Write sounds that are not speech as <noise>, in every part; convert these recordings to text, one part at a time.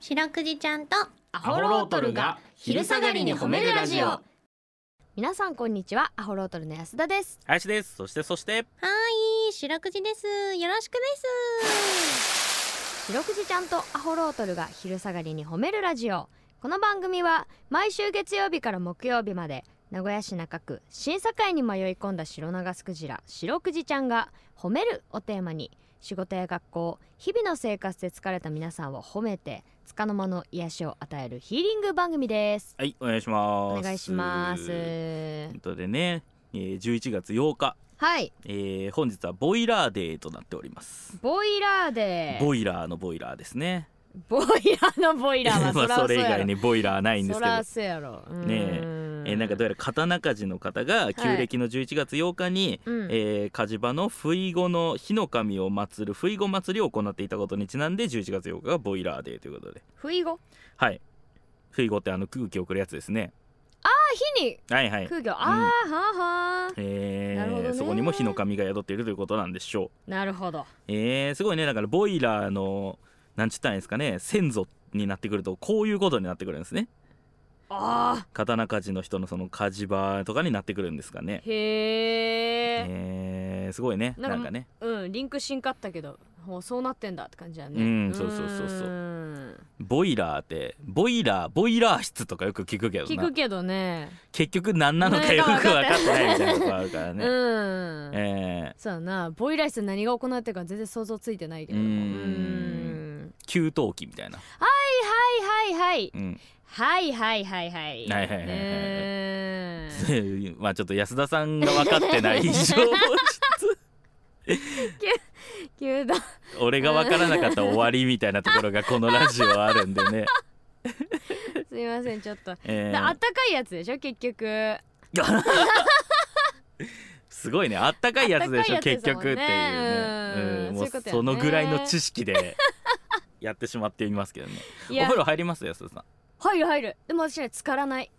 白くじちゃんとアホロートルが昼下がりに褒めるラジオ皆さんこんにちはアホロートルの安田です林ですそしてそしてはい白くじですよろしくです白くじちゃんとアホロートルが昼下がりに褒めるラジオこの番組は毎週月曜日から木曜日まで名古屋市中区審査会に迷い込んだ白長スクジラ白くじちゃんが褒めるをテーマに仕事や学校日々の生活で疲れた皆さんを褒めて束の間の癒しを与えるヒーリング番組ですはいお願いしますお願いしまというすことでね、えー、11月8日、はいえー、本日はボイラーデーとなっておりますボイラーでボイラーのボイラーですねボイラーのボイラーは <laughs> まそあらそれ以外なにボイラーないんですそけどらそうやろねええーなんかどうやら刀鍛冶の方が旧暦の11月8日に、うんえー火事場の不意後の火の神を祀る不意後祭りを行っていたことにちなんで11月8日がボイラーデーということで不意語はい不意後ってあの空気を送るやつですね火にはいはい空気を、ああはあはあえなるほどー、ねそこにも火の神が宿っているということなんでしょうなるほどえー、すごいねだからボイラーのなんちったらいいんですかね先祖になってくるとこういうことになってくるんですねあ刀鍛冶の人のその火事場とかになってくるんですかねーへえ、えー、すごいねなんなかんかねうんリンクしんかったけどもうそうなってんだって感じだねうんそうそうそうそううんボイラーってボイラーボイラー室とかよく聞くけど聞なくけどね結局何なのかよく分かってないみたいなとこあるからね、うん、えそうやなボイラー室で何が行われてるか全然想像ついてないけどうーんうんー、給湯器みたいな、はいはいはいうん、はいはいはいはいはいはいはいはねい <laughs> <laughs> えまあちょっと安田さんが分かってない以上 <laughs> 牛丼俺が分からなかったら終わりみたいなところがこのラジオあるんでね、すいませんちょっと、えだあ <laughs> ーっ、たかいやつでしょ結局すごいねあったかいやつでしょ、あったかいやつ結ですもん局ねっていうね、うんもそういうことやねそのぐらいの知識で <laughs> やってしまっていますけどねいおや風呂入ります安田さん入る入るでも私は浸からない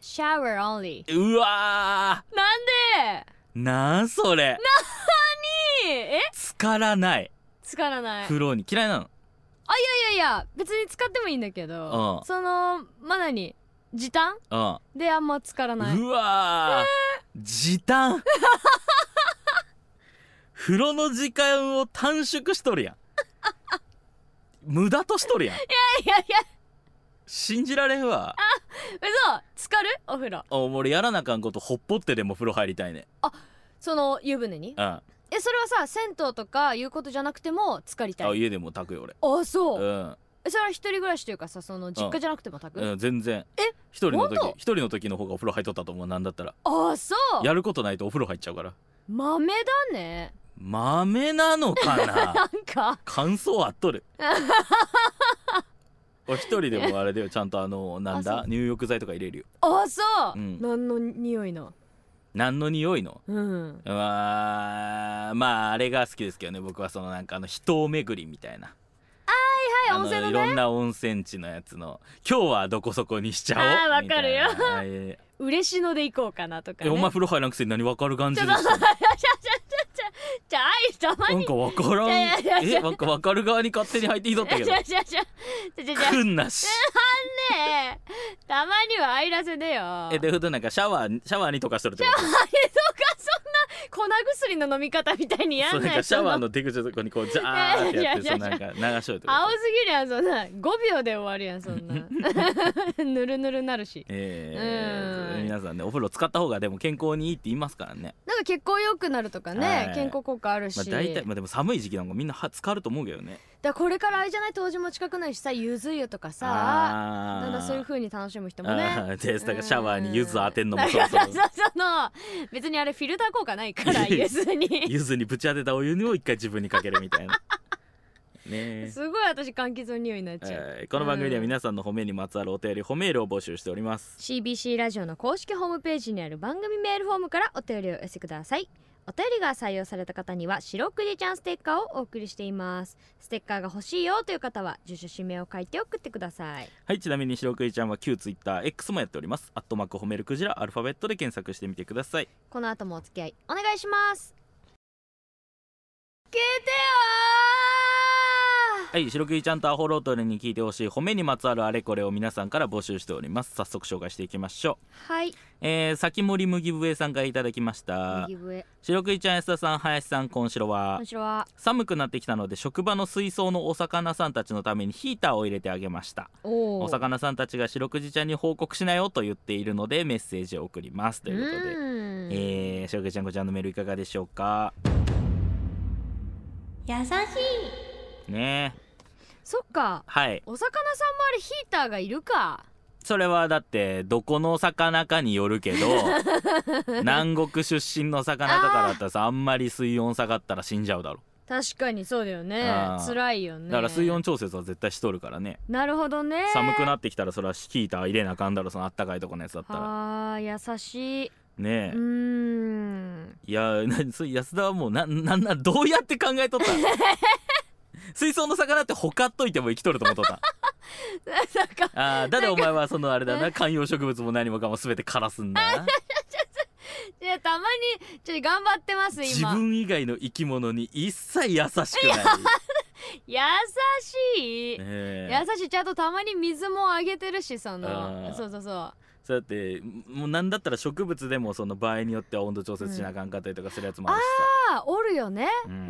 シャワーオンリうわーーなんでなんそれえ浸からない浸からないい風呂に嫌いなのやいや別に使ってもいいんだけどうんそのまだに時短うんであんま浸からないうわー時短 <laughs> 風呂の時間を短縮しとるやん無駄としとるやんいやいや信じられんわ嘘浸かるお風呂あ俺やらなあかんことほっぽってでも風呂入りたいねその湯船にうんあえそれはさ銭湯とかいうことじゃなくても浸かりたい家でも炊くよ俺、あそううんえそれは一人暮らしというかさその実家じゃなくてもたくうん、全然え一人の時ほんと一人の時の方がお風呂入っとったと思うなんだったらあそうやることないとお風呂入っちゃうから豆だね豆なのかななんか感想あっ <laughs> とるお一人でもあれだよちゃんとあのなんあだそ入浴剤とか入れるよあそう、うん何の匂いの何の匂いのうんうわーまああれが好きですけどね僕はそのなんかあの人を巡りみたいなはいあ温泉のいねろんな温泉地のやつの今日はどこそこにしちゃおうあーみたいなわかあえ嬉野で行こうかなとか、えね、お前ちょ風呂入らんくせに何わかる感じでちしょたちょちょちょちょちょあいたまなんにかわからんいやいやいやいえわかわかる側に勝手に入ってきとったちけょどちょちょちょちょちょくんなしねえたまには入らせでよえでふとなんかシャワーシャワーにとかしとるってことあれとかそんな粉薬の飲み方みたいにやそうんなんなかいシャワーのの出口のとこにこうジャーってやっいやてそいやいやのなんか流しといて青すぎるやんそんな5秒で終わるやんそんなぬるぬるなるしえうー、ん皆さんねお風呂使った方がでも健康にいいって言いますからねなんか血行良くなるとかはねい健康効果あるし、まあ大体まあでも寒い時期なんかみんなは使うと思うけどねだからこれからあれじゃない当時も近くないしさゆず湯とかさあだんだんそういう風に楽しむ人もねあーでだからシャワーに柚子当てんのもそだろそろからさその別にあれフィルター効果ない <laughs> からゆずに柚子にぶち当てたお湯を一回自分にかけるみた <laughs> いなねえすごい私柑橘の匂いになっちゃう、えーこの番組では皆さんの褒めにまつわるお便り褒めールを募集しております、 CBC ラジオの公式ホームページにある番組メールフォームからお便りを寄せてくださいお便りが採用された方には白くじちゃんステッカーをお送りしていますステッカーが欲しいよという方は住所氏名を書いて送ってくださいはいちなみに白くじちゃんは旧 TwitterX もやっておりますアットマーク褒めるクジラアルファベットで検索してみてくださいこの後もお付き合いお願いします聞いてよーはい白キュちゃんとアホロートルに聞いてほしい褒めにまつわるあれこれを皆さんから募集しております早速紹介していきましょうはいえー、先森麦笛さんからいただきました右上白キュちゃん安田さん林さんこんしろはこちらは寒くなってきたので職場の水槽のお魚さんたちのためにヒーターを入れてあげましたおお魚さんたちが白くじちゃんに報告しなよと言っているのでメッセージを送りますということでうでえー、しょうけちゃんこちゃんのメールいかがでしょうか優しいねえそっかはいお魚さんもあれヒーターがいるかそれはだってどこの魚かによるけ <laughs> ど南国出身の魚とかだったらさあんまり水温下がったら死んじゃうだろ確かにそうだよねあー辛いよねだから水温調節は絶対しとるからね、なるほどね寒くなってきたらそれはヒーター入れなあかんだろそのあったかいとこのやつだったらはあ優しいうねえ、ーん <laughs> いや <laughs> なそれ安田はもうななんなんどうやって考えとった <laughs> 水槽の魚ってほかっといても生きとると思っとったなんかあーだってお前はそのあれだな観葉植物も何もかも全て枯らすんだないやたまにちょっと頑張って <laughs> ます自今分以外の生き物に一切優しくない、優しい、ええ優しいちゃんとたまに水もあげてるしそあのーそうそうそうそうやってもうなんだったら植物でもその場合によっては温度調節しなあかんかったりとかするやつもあるしあおるよねさ、ううん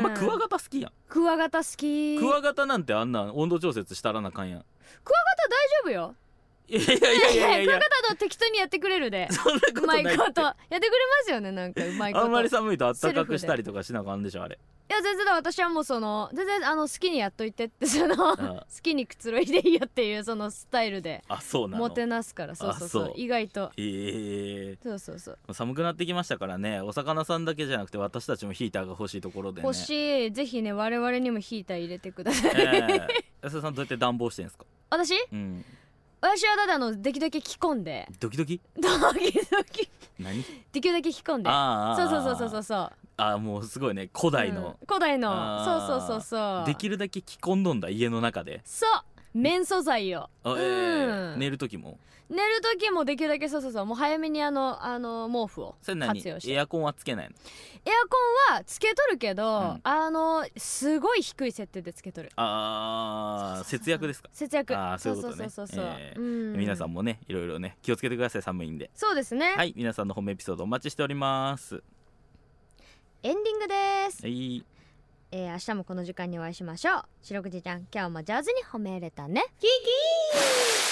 ん、まあクワガタ好きやんクワガタ好きクワガタなんてあんな温度調節したらなあかんやん大丈夫よいやいやいやいいややいクワやガタと適当にやってくれるでそんなことうまないいってことやってくれますよねなんかうまいことあんまりい寒いと暖かくしたりとかしなあかんでしょあれや全然だ私はもうその全然あの好きにやっといてってその <laughs> あ好きにくつろいでいいよっていうそのスタイルであそうなのもてなすからそうそうそうあそう意外とええそうそうそう寒くなってきましたからねお魚さんだけじゃなくて私たちもヒーターが欲しいところでね欲しいぜひね我々にもヒーター入れてください、ええ安田さんどうやって暖房してんですか私うん私はただあのできるだけ着込んでドキドキドキドキ何できるだけ着込んでああそうそうそうそうそうそうああもうすごいね古代のうん、古代のあーそうそうそうそうできるだけ着込んどんだ家の中でそう綿素材をあ、ええうん寝る時も寝る時もできるだけそうそうそうもう早めにあのあの毛布をそれ何活用してエエアコンはつけないのアコンはつけとるけど、うんあのすごい低い設定でつけとるああ節約ですか節約あーそういうことねそうそうそうそう、えーうん皆さんもねいろいろね気をつけてください寒いんでそうですね、はい皆さんの褒めエピソードお待ちしておりますエンディングです、はいえー明日もこの時間にお会いしましょう白くじちゃん今日もジャズに褒め入れたねキキー